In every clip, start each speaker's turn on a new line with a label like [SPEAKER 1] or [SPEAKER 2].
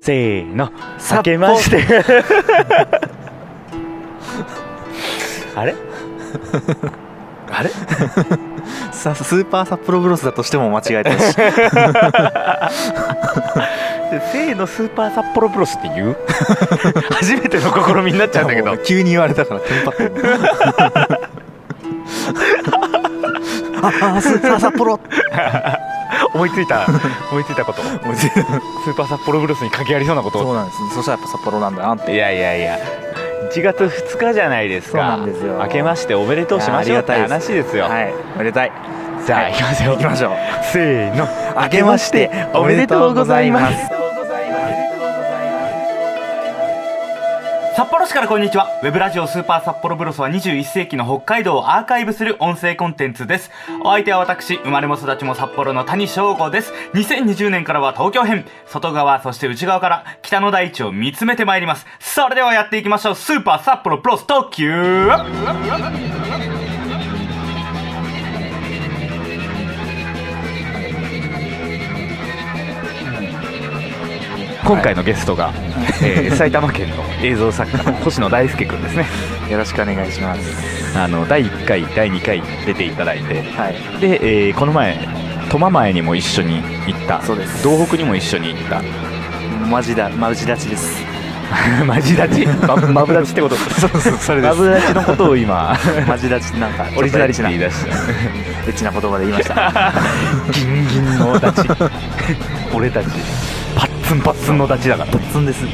[SPEAKER 1] せーの避
[SPEAKER 2] 札幌
[SPEAKER 1] けまして あ れあれ
[SPEAKER 2] さスーパーサップロブロスだとしても間違えたし
[SPEAKER 1] せーのスーパー札幌ブロスって言う 初めての試みになっちゃうんだけど
[SPEAKER 2] もう 急に言われたからテンパってんの ああスーパー札幌
[SPEAKER 1] 思いつい た思いついたことス
[SPEAKER 2] もう全然
[SPEAKER 1] ーパー札幌ブロスに関係ありそうなこ
[SPEAKER 2] そ
[SPEAKER 1] と
[SPEAKER 2] うなんですねそしたらやっぱ札幌なんだなって
[SPEAKER 1] いやいやいや1月2日じゃないですか
[SPEAKER 2] そうなんですよ
[SPEAKER 1] 明けましておめでとうしましょうって
[SPEAKER 2] いやありがたいで
[SPEAKER 1] 話ですよ
[SPEAKER 2] はいめでたい
[SPEAKER 1] じゃあ、
[SPEAKER 2] はい
[SPEAKER 1] 行きますよ
[SPEAKER 2] 行きましょう
[SPEAKER 1] せーの
[SPEAKER 2] 明けましておめでとうございます
[SPEAKER 3] 札幌市からこんにちは。ウェブラジオスーパー札幌ブロスは21世紀の北海道をアーカイブする音声コンテンツです。お相手は私、生まれも育ちも札幌の谷翔吾です。2020年からは東京編、外側そして内側から北の大地を見つめてまいります。それではやっていきましょう。スーパー札幌ブロス特急
[SPEAKER 1] 今回のゲストが、えー埼玉県の映像作家の星野大輔君ですね
[SPEAKER 2] よろしくお願いします
[SPEAKER 1] あの第1回第2回出ていただいて
[SPEAKER 2] はい
[SPEAKER 1] で、えーこの前苫前にも一緒に行った
[SPEAKER 2] そうです
[SPEAKER 1] 東北にも一緒に行った
[SPEAKER 2] マジだマジ立ちです
[SPEAKER 1] マジ立 ちまマブ立ちってこと
[SPEAKER 2] そうそうそれで
[SPEAKER 1] マ
[SPEAKER 2] す
[SPEAKER 1] ブ立ちのことを 今
[SPEAKER 2] マジ立ちなんか
[SPEAKER 1] オリジナリティ
[SPEAKER 2] な
[SPEAKER 1] 言い出した
[SPEAKER 2] エッチな言葉で言いました
[SPEAKER 1] ギンギンの立ち 俺たちパッツンパッツンの立ちだから
[SPEAKER 2] パッツンです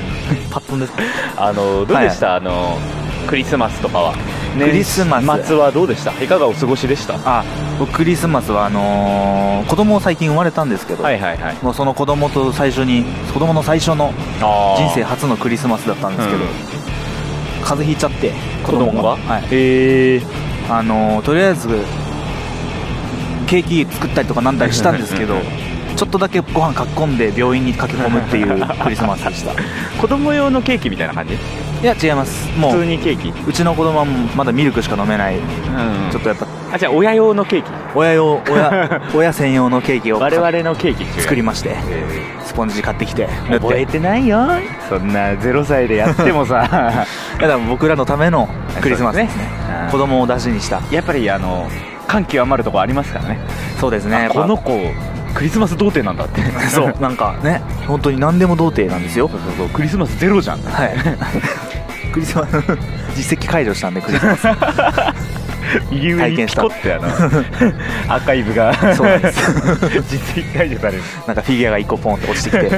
[SPEAKER 2] パッツンです
[SPEAKER 1] あのどうでした、あのクリスマスとかは
[SPEAKER 2] クリスマス
[SPEAKER 1] 年末はどうでしたいかがお過ごしでしたは
[SPEAKER 2] あ僕クリスマスはあのー子供最近生まれたんですけど、
[SPEAKER 1] いはいはい
[SPEAKER 2] もうその子供と最初に子供の最初の人
[SPEAKER 1] 人
[SPEAKER 2] 生初のクリスマスだったんですけど、
[SPEAKER 1] うん
[SPEAKER 2] 風邪ひいちゃって
[SPEAKER 1] 子供が
[SPEAKER 2] はい
[SPEAKER 1] えー
[SPEAKER 2] あのーとりあえずケーキ作ったりとかなんだりしたんですけどちょっとだけご飯かっこんで病院に駆け込むっていうクリスマスでした い
[SPEAKER 1] 子供用のケーキみたいな感じ
[SPEAKER 2] や違いますも
[SPEAKER 1] 普通
[SPEAKER 2] う
[SPEAKER 1] にケーキ、
[SPEAKER 2] うちの子供はもうまだミルクしか飲めない
[SPEAKER 1] ち
[SPEAKER 2] ち
[SPEAKER 1] ょっ
[SPEAKER 2] ょっとやっぱ
[SPEAKER 1] とあじゃあ親用のケーキ
[SPEAKER 2] 親用 親親専用のケーキを
[SPEAKER 1] 我々のケーキっていう
[SPEAKER 2] 作りましてスポンジ買ってきて塗って
[SPEAKER 1] 覚えてないよそんな0歳でやっても さ
[SPEAKER 2] いやだから僕らのためのクリスマスで
[SPEAKER 1] そ
[SPEAKER 2] すね
[SPEAKER 1] うですね
[SPEAKER 2] 子供を出しにした
[SPEAKER 1] やっぱりあの感極まるとこありますからね
[SPEAKER 2] そうですね
[SPEAKER 1] この子クリスマス童貞なんだ って
[SPEAKER 2] やっぱそうなんかね本当に何でも童貞なんですよ
[SPEAKER 1] そうそうそうクリスマスゼロじゃん
[SPEAKER 2] はい クリスマス実績解除したんでクリスマ ス
[SPEAKER 1] 右上
[SPEAKER 2] 体
[SPEAKER 1] に
[SPEAKER 2] 験
[SPEAKER 1] ピ
[SPEAKER 2] した
[SPEAKER 1] コってあ のアーカイブが
[SPEAKER 2] そうなんです
[SPEAKER 1] 実績解除される
[SPEAKER 2] なんかフィギュアが1個ポンって落ちてき て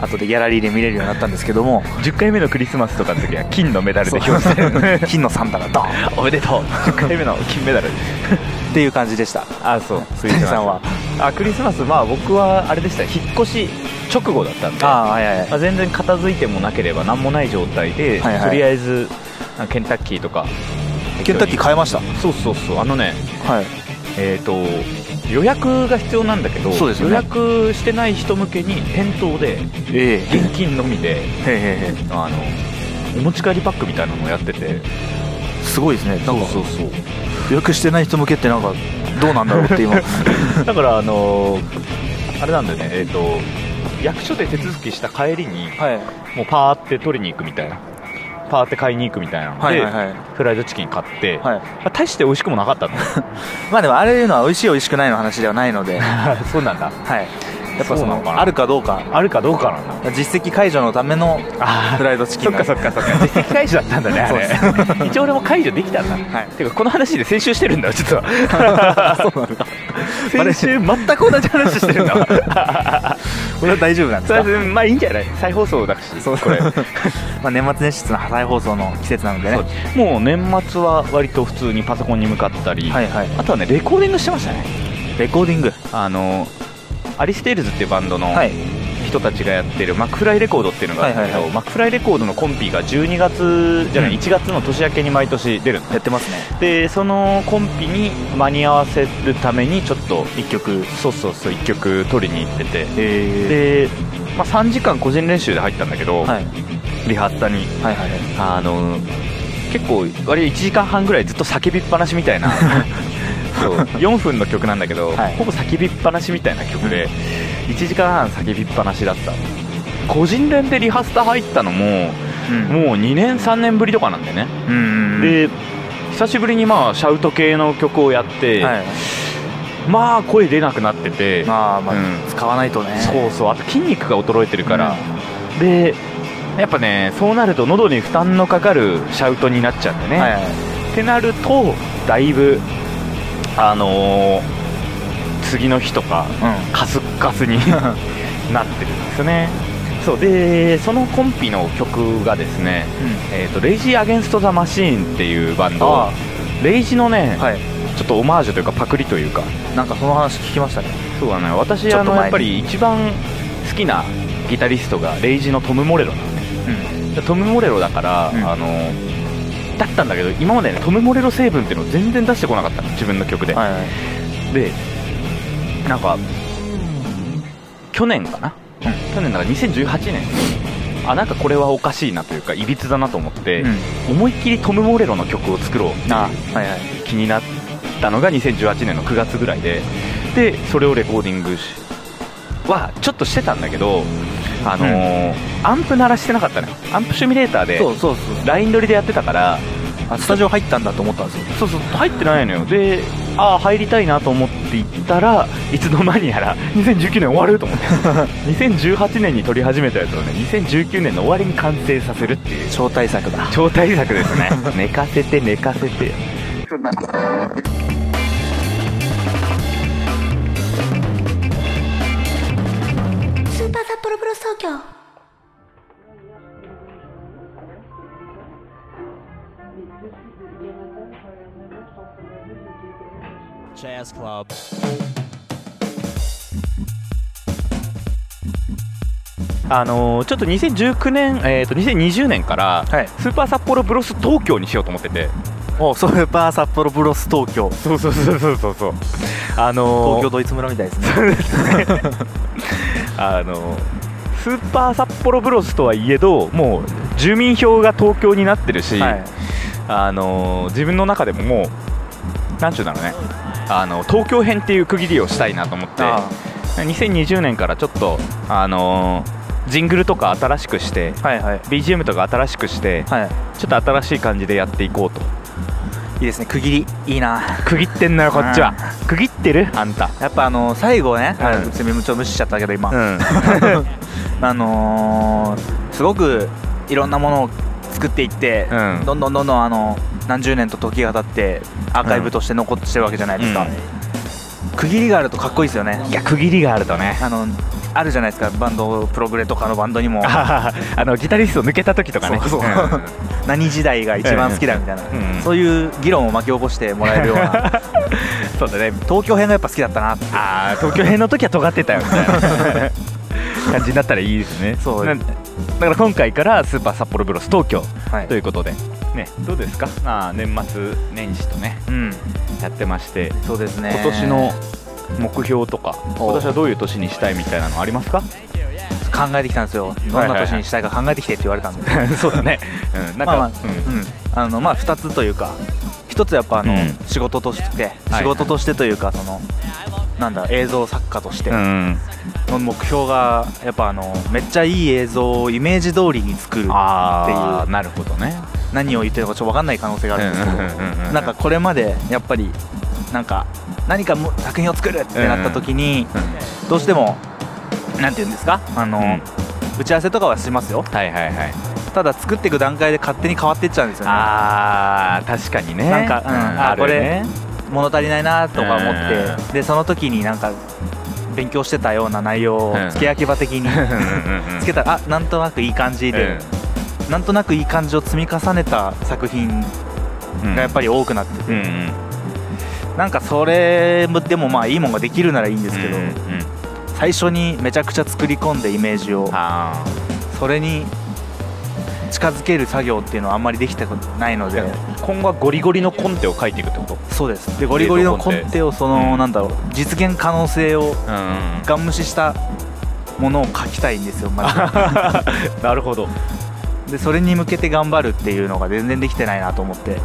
[SPEAKER 2] 後でギャラリーで見れるようになったんですけども
[SPEAKER 1] 10回目のクリスマスとかの時は金のメダルで
[SPEAKER 2] そう
[SPEAKER 1] 表示され る
[SPEAKER 2] 金のサンタがドーン
[SPEAKER 1] おめでとう10回目の金メダル
[SPEAKER 2] っていう感じでした
[SPEAKER 1] あ そう
[SPEAKER 2] スイさんは
[SPEAKER 1] あクリスマスまあ僕はあれでした引っ越し直後だったんで
[SPEAKER 2] ああはいはいはい
[SPEAKER 1] まあ、全然片付いてもなければ何もない状態で、
[SPEAKER 2] はいはい
[SPEAKER 1] とりあえずあケンタッキーとか
[SPEAKER 2] ケンタッキー変えました
[SPEAKER 1] そうそうそうあのね
[SPEAKER 2] はい
[SPEAKER 1] えっ、と予約が必要なんだけど、
[SPEAKER 2] そうですよ
[SPEAKER 1] 予
[SPEAKER 2] ね
[SPEAKER 1] 約してない人向けに店頭で
[SPEAKER 2] ええ
[SPEAKER 1] 現金のみで
[SPEAKER 2] へえへえ
[SPEAKER 1] あのお持ち帰りパックみたいなのをやってて
[SPEAKER 2] すごいですねなんか
[SPEAKER 1] うそう
[SPEAKER 2] 予約してない人向けってなんかどうなんだろう って今
[SPEAKER 1] だからあのーあれなんだよねえっ、と役所で手続きした帰りに
[SPEAKER 2] はい
[SPEAKER 1] もうパーって取りに行くみたいなパーって買いに行くみたいなので、
[SPEAKER 2] はいはいはい
[SPEAKER 1] フライドチキン買って、
[SPEAKER 2] はい
[SPEAKER 1] まあ大して美味しくもなかったの
[SPEAKER 2] まあでもあれいうのは美味しい美味しくないの話ではないので、はい、
[SPEAKER 1] そうなんだ
[SPEAKER 2] やっぱ
[SPEAKER 1] そ
[SPEAKER 2] そう
[SPEAKER 1] なの
[SPEAKER 2] の
[SPEAKER 1] かな
[SPEAKER 2] あるかどうか
[SPEAKER 1] あるかどうかなんだ
[SPEAKER 2] 実績解除のためのフライドチキ
[SPEAKER 1] そ
[SPEAKER 2] ン
[SPEAKER 1] っかそっかそっか実績解除だったんだねあれ一応俺も解除できたんだ、
[SPEAKER 2] はい
[SPEAKER 1] てかこの話で先週してるんだ実は
[SPEAKER 2] そうなんだ
[SPEAKER 1] 先週全く同じ話してる んだわ
[SPEAKER 2] これは大丈夫なんです
[SPEAKER 1] そ
[SPEAKER 2] か、
[SPEAKER 1] れまあいいんじゃない再放送だしこれ
[SPEAKER 2] まあ、年末年始の再放送の季節なのでね
[SPEAKER 1] もう年末は割と普通にパソコンに向かったり、
[SPEAKER 2] はいはい
[SPEAKER 1] あとはねレコーディングしてましたね
[SPEAKER 2] レコーディング
[SPEAKER 1] あのアリステイルズっていうバンドの
[SPEAKER 2] はい
[SPEAKER 1] 人たちがやってるマックフライレコードっていうのがあるんだけど、
[SPEAKER 2] はいはいは
[SPEAKER 1] マックフライレコードのコンピが12月じゃない、
[SPEAKER 2] うん
[SPEAKER 1] 1月の年明けに毎年出るの
[SPEAKER 2] やってますね
[SPEAKER 1] でそのコンピに間に合わせるためにちょっと
[SPEAKER 2] 一曲
[SPEAKER 1] そうそうそう1曲取りに行ってて
[SPEAKER 2] え
[SPEAKER 1] で、まあ、3時間個人練習で入ったんだけど、
[SPEAKER 2] はい、
[SPEAKER 1] リハスタに
[SPEAKER 2] はいはいはい
[SPEAKER 1] あの結構割と1時間半ぐらいずっと叫びっぱなしみた いなそう4分の曲なんだけど、
[SPEAKER 2] はい
[SPEAKER 1] ほぼ叫びっぱなしみたいな曲で1時間半叫びっぱなしだった個人連でリハスタ入ったのも
[SPEAKER 2] うん
[SPEAKER 1] もう2年3年ぶりとかなんでね、
[SPEAKER 2] うん
[SPEAKER 1] で久しぶりにまあシャウト系の曲をやって、
[SPEAKER 2] はい、
[SPEAKER 1] まあ声出なくなってて、
[SPEAKER 2] まあまあ、
[SPEAKER 1] うん
[SPEAKER 2] 使わないとね
[SPEAKER 1] そうそうあと筋肉が衰えてるから、
[SPEAKER 2] うん
[SPEAKER 1] でやっぱねそうなると喉に負担のかかるシャウトになっちゃうんでね、
[SPEAKER 2] はいはい
[SPEAKER 1] ってなるとだいぶあのー次の日とかカスッカス になってるんですねそうでそのコンピの曲がですね
[SPEAKER 2] うん、
[SPEAKER 1] 「えー、とレイジー・アゲンスト・ザ・マシーン」っていうバンド
[SPEAKER 2] あ
[SPEAKER 1] レイジのね、
[SPEAKER 2] あはい
[SPEAKER 1] ちょっとオマージュというかパクリというか
[SPEAKER 2] なんかその話聞きましたね
[SPEAKER 1] そうだね私
[SPEAKER 2] ちょ
[SPEAKER 1] あ
[SPEAKER 2] っと前に
[SPEAKER 1] のやっぱり一番好きなギタリストがレイジのトム・モレロなんで
[SPEAKER 2] うん
[SPEAKER 1] でトム・モレロだから、
[SPEAKER 2] うん
[SPEAKER 1] あのだったんだけど今までねトム・モレロ成分っていうのを全然出してこなかったの自分の曲で、
[SPEAKER 2] はいはい
[SPEAKER 1] でなんか去年かな、去年だから2018年あなんかこれはおかしいなというかいびつだなと思って、思いっきりトム・モレロの曲を作ろうっていう
[SPEAKER 2] あはいはい
[SPEAKER 1] 気になったのが2018年の9月ぐらいででそれをレコーディングしはちょっとしてたんだけど、あのーアンプ鳴らしてなかったねアンプシミュレーターで
[SPEAKER 2] そうそうそう
[SPEAKER 1] ライン取りでやってたから
[SPEAKER 2] あスタジオ入ったんだと思ったんですよ
[SPEAKER 1] そうそう入ってないのよでああ入りたいなと思って行ったらいつの間にやら2019年終わると思って 2018年に撮り始めたやつをね2019年の終わりに完成させるっていう
[SPEAKER 2] 超大作だ
[SPEAKER 1] 超大作です ね寝かせて寝かせて
[SPEAKER 4] スーパーサッポロプロス東京
[SPEAKER 1] あのーちょっと2019年、えー、と2020年から、
[SPEAKER 2] はい
[SPEAKER 1] スーパー札幌ブロス東京にしようと思って て
[SPEAKER 2] おスーパー札幌ブロス東京
[SPEAKER 1] そうそうそうそうそうそうあの
[SPEAKER 2] 東
[SPEAKER 1] ー
[SPEAKER 2] 京ドイツ村みたいですね
[SPEAKER 1] あのスーパー札幌ブロスとはいえどもう住民票が東京になってるし、
[SPEAKER 2] はい
[SPEAKER 1] あの自分の中でももう何て言うんだろうねあの東京編っていう区切りをしたいなと思って
[SPEAKER 2] あ
[SPEAKER 1] 2020年からちょっとあのジングルとか新しくして
[SPEAKER 2] あはいはい
[SPEAKER 1] BGM とか新しくして
[SPEAKER 2] はい
[SPEAKER 1] ちょっと新しい感じでやっていこうと
[SPEAKER 2] いいですね区切りいいな
[SPEAKER 1] 区切ってんのよこっちは区切ってるあんた
[SPEAKER 2] やっぱあの最後ね、
[SPEAKER 1] うん
[SPEAKER 2] あのちょっと無視しちゃったけど今、
[SPEAKER 1] うん
[SPEAKER 2] あのーすごくいろんなものを作っていって、
[SPEAKER 1] うん
[SPEAKER 2] どんどんどんどんあの何十年と時が経ってアーカイブとして残ってるわけじゃないですか、
[SPEAKER 1] うん
[SPEAKER 2] 区切りがあるとかっこいいですよね
[SPEAKER 1] いや区切りがあるとね
[SPEAKER 2] あのあるじゃないですかバンドプログレとかのバンドにも
[SPEAKER 1] ああのギタリスト抜けた時とかね
[SPEAKER 2] そうそうん何時代が一番好きだみたい
[SPEAKER 1] う
[SPEAKER 2] な、
[SPEAKER 1] ん
[SPEAKER 2] そういう議論を巻き起こしてもらえるよう な
[SPEAKER 1] そうだね
[SPEAKER 2] 東京編がやっぱ好きだったなって
[SPEAKER 1] ああ東京編の時は尖ってたよみたいな感じになったらいいですね
[SPEAKER 2] そう
[SPEAKER 1] なだから今回からスーパー札幌ブロス東京
[SPEAKER 2] はい
[SPEAKER 1] ということで、ねどうですかまあ年末年始とね
[SPEAKER 2] うん
[SPEAKER 1] やってまして
[SPEAKER 2] そうですね
[SPEAKER 1] 今年の目標とか
[SPEAKER 2] お
[SPEAKER 1] 今年はどういう年にしたいみたいなのあります か
[SPEAKER 2] 考えてきたんですよどんな年にしたいか考えてきてって言われたんで
[SPEAKER 1] そうだね、うん、なんか、
[SPEAKER 2] まあま
[SPEAKER 1] うん
[SPEAKER 2] あ、うんあのまあ2つというか1つやっぱあの、
[SPEAKER 1] うん
[SPEAKER 2] 仕事として
[SPEAKER 1] はい
[SPEAKER 2] 仕事としてというかそのなんだ映像作家として
[SPEAKER 1] うん、
[SPEAKER 2] の目標がやっぱあのめっちゃいい映像をイメージ通りに作る
[SPEAKER 1] ああなるほどね
[SPEAKER 2] 何を言ってるのかちょっと分かんない可能性があるんですけ
[SPEAKER 1] う
[SPEAKER 2] ど
[SPEAKER 1] んうんうんうん
[SPEAKER 2] なんかこれまでやっぱりなんか何かも作品を作るってなった時に
[SPEAKER 1] うん
[SPEAKER 2] どうしてもなんて言うんですかあの、
[SPEAKER 1] うん
[SPEAKER 2] 打ち合わせとかはしますよ
[SPEAKER 1] はいはいはい
[SPEAKER 2] ただ作っていく段階で勝手に変わっていっちゃうんですよね
[SPEAKER 1] あー確かにね
[SPEAKER 2] なんかうんあ
[SPEAKER 1] るよね
[SPEAKER 2] 物足りないなとか思って、でその時になんか勉強してたような内容
[SPEAKER 1] うん
[SPEAKER 2] を付け焼き場的につけたらあなんとなくいい感じで、なんとなくいい感じを積み重ねた作品
[SPEAKER 1] うん
[SPEAKER 2] がやっぱり多くなって
[SPEAKER 1] う
[SPEAKER 2] て、
[SPEAKER 1] んうん
[SPEAKER 2] なんかそれもでもまあいいもんができるならいいんですけど、
[SPEAKER 1] うんうん
[SPEAKER 2] 最初にめちゃくちゃ作り込んでイメージを
[SPEAKER 1] あ
[SPEAKER 2] それに近づける作業っていうのはあんまりできてないの
[SPEAKER 1] ーじ
[SPEAKER 2] で
[SPEAKER 1] ゃあ今後はゴリゴリのコンテを書いていくってこと
[SPEAKER 2] そうですでゴリゴリのコンテをその、
[SPEAKER 1] うん
[SPEAKER 2] なんだろう実現可能性を
[SPEAKER 1] うん
[SPEAKER 2] ガン無視したものを書きたいんですよ、まず
[SPEAKER 1] なるほど
[SPEAKER 2] でそれに向けて頑張るっていうのが全然できてないなと思って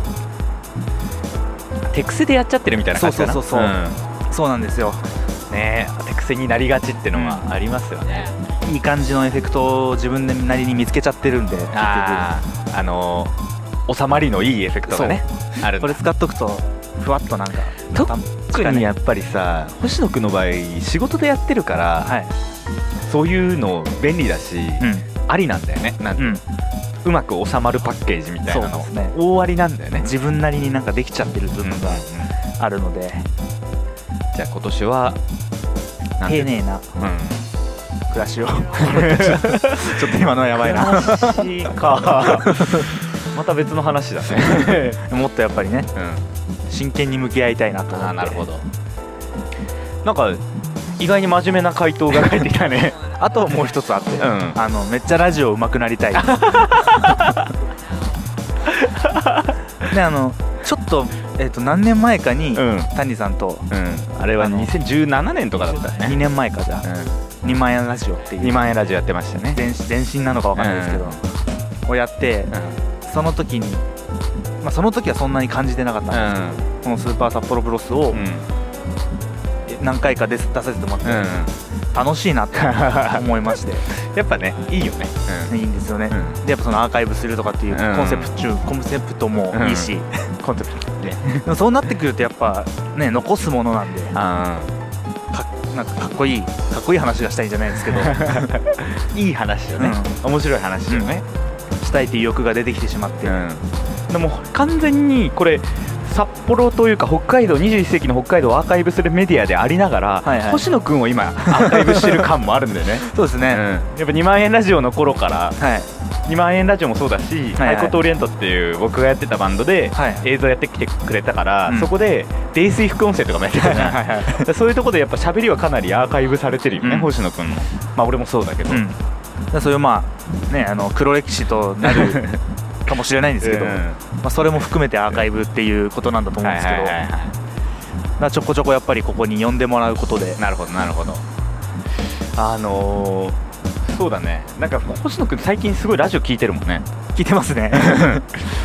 [SPEAKER 1] 手癖でやっちゃってるみたいな感じかな
[SPEAKER 2] そうそうそうそうんそうなんですよ
[SPEAKER 1] ねえ手癖になりがちっていうのがありますよね、
[SPEAKER 2] いい感じのエフェクトを自分なりに見つけちゃってるんで結局
[SPEAKER 1] あああの収まりのいいエフェクトがねあるん
[SPEAKER 2] こ
[SPEAKER 1] だ
[SPEAKER 2] れ使っとくとふわっとなんか
[SPEAKER 1] 特
[SPEAKER 2] 確
[SPEAKER 1] 特にやっぱりさ星野くんの場合仕事でやってるから、
[SPEAKER 2] はい
[SPEAKER 1] そういうの便利だし、ありなんだよねなんて
[SPEAKER 2] う、
[SPEAKER 1] いうん
[SPEAKER 2] う
[SPEAKER 1] の
[SPEAKER 2] ん、
[SPEAKER 1] うまく収まるパッケージみたいなの、
[SPEAKER 2] そうですね
[SPEAKER 1] 大ありなんだよね、
[SPEAKER 2] 自分なりになんかできちゃってる部
[SPEAKER 1] うんうんう
[SPEAKER 2] 分
[SPEAKER 1] ん
[SPEAKER 2] があるので、
[SPEAKER 1] じゃあ今年はなんていう
[SPEAKER 2] 丁
[SPEAKER 1] の
[SPEAKER 2] 寧な
[SPEAKER 1] うん
[SPEAKER 2] 暮らしを ちょっと今のはやば いな
[SPEAKER 1] 話かまた別の話だね、
[SPEAKER 2] もっとやっぱりね
[SPEAKER 1] うん、
[SPEAKER 2] 真剣に向き合いたいなと思って
[SPEAKER 1] どなんか意外に真面目な回答が返ってきたね
[SPEAKER 2] あともう一つあって、
[SPEAKER 1] ん
[SPEAKER 2] あのめっちゃラジオ上手くな りたい であのちょっと,、えっと何年前かに、
[SPEAKER 1] うん
[SPEAKER 2] 谷さんと
[SPEAKER 1] うんあれは
[SPEAKER 2] あの
[SPEAKER 1] 2017年とかだったよ
[SPEAKER 2] 2
[SPEAKER 1] ね、
[SPEAKER 2] 年前かじゃあ、2万円ラジオって
[SPEAKER 1] うん、
[SPEAKER 2] い
[SPEAKER 1] 2
[SPEAKER 2] う
[SPEAKER 1] 万円ラジオやってましたね
[SPEAKER 2] 全全身なのかわかんないですけど、をやって
[SPEAKER 1] うん、
[SPEAKER 2] その時に、まあ、その時はそんなに感じてなかったんですけど、この「スーパーサッポロブロス」を
[SPEAKER 1] うん
[SPEAKER 2] 何回か出す出させても
[SPEAKER 1] うん
[SPEAKER 2] らって、楽し いなって思いまして
[SPEAKER 1] やっぱねいいよね、
[SPEAKER 2] いいんですよね、
[SPEAKER 1] うん
[SPEAKER 2] でやっぱそのアーカイブするとかっていう
[SPEAKER 1] うん
[SPEAKER 2] コンセプト、コンセプトもいいし、
[SPEAKER 1] コンセプト ね
[SPEAKER 2] でもそうなってくるとやっぱね残すものなんで
[SPEAKER 1] あ
[SPEAKER 2] かなんかかっこいいかっこいい話がしたいんじゃないで すけど
[SPEAKER 1] あいい話よね、面白い話よね、
[SPEAKER 2] したいっていう欲が出てきてしまって、
[SPEAKER 1] でも完全にこれ札幌というか北海道21世紀の北海道をアーカイブするメディアでありながら、
[SPEAKER 2] はいはい
[SPEAKER 1] 星野くんを今アーカイブしてる感もあるんだよね、
[SPEAKER 2] そうです
[SPEAKER 1] うん、
[SPEAKER 2] ね、
[SPEAKER 1] やっぱ2万円ラジオの頃から
[SPEAKER 2] はい
[SPEAKER 1] 2万円ラジオもそうだし、
[SPEAKER 2] はいは
[SPEAKER 1] ハ
[SPEAKER 2] い
[SPEAKER 1] イコートオリエントっていう僕がやってたバンドで、
[SPEAKER 2] はい
[SPEAKER 1] 映像やってきてくれたから、
[SPEAKER 2] うん
[SPEAKER 1] そこで泥酔副音声とかもやってたじゃんだからそういうところでやっぱ喋りはかなりアーカイブされてるよね、
[SPEAKER 2] うん
[SPEAKER 1] 星野くんのまあ俺もそうだけど、
[SPEAKER 2] うん、だからそういうまあねあの黒歴史となるかもしれないんですけ ど、
[SPEAKER 1] うん
[SPEAKER 2] まあ、それも含めてアーカイブっていうことなんだと思うん
[SPEAKER 1] はい
[SPEAKER 2] です
[SPEAKER 1] は
[SPEAKER 2] け
[SPEAKER 1] い
[SPEAKER 2] ど、
[SPEAKER 1] はいはい
[SPEAKER 2] だからちょこちょこやっぱりここに呼んでもらうことで
[SPEAKER 1] なるほどなるほどあのーそうだねなんか星野くん最近すごいラジオ聞いてるもんね
[SPEAKER 2] 聞いてま すね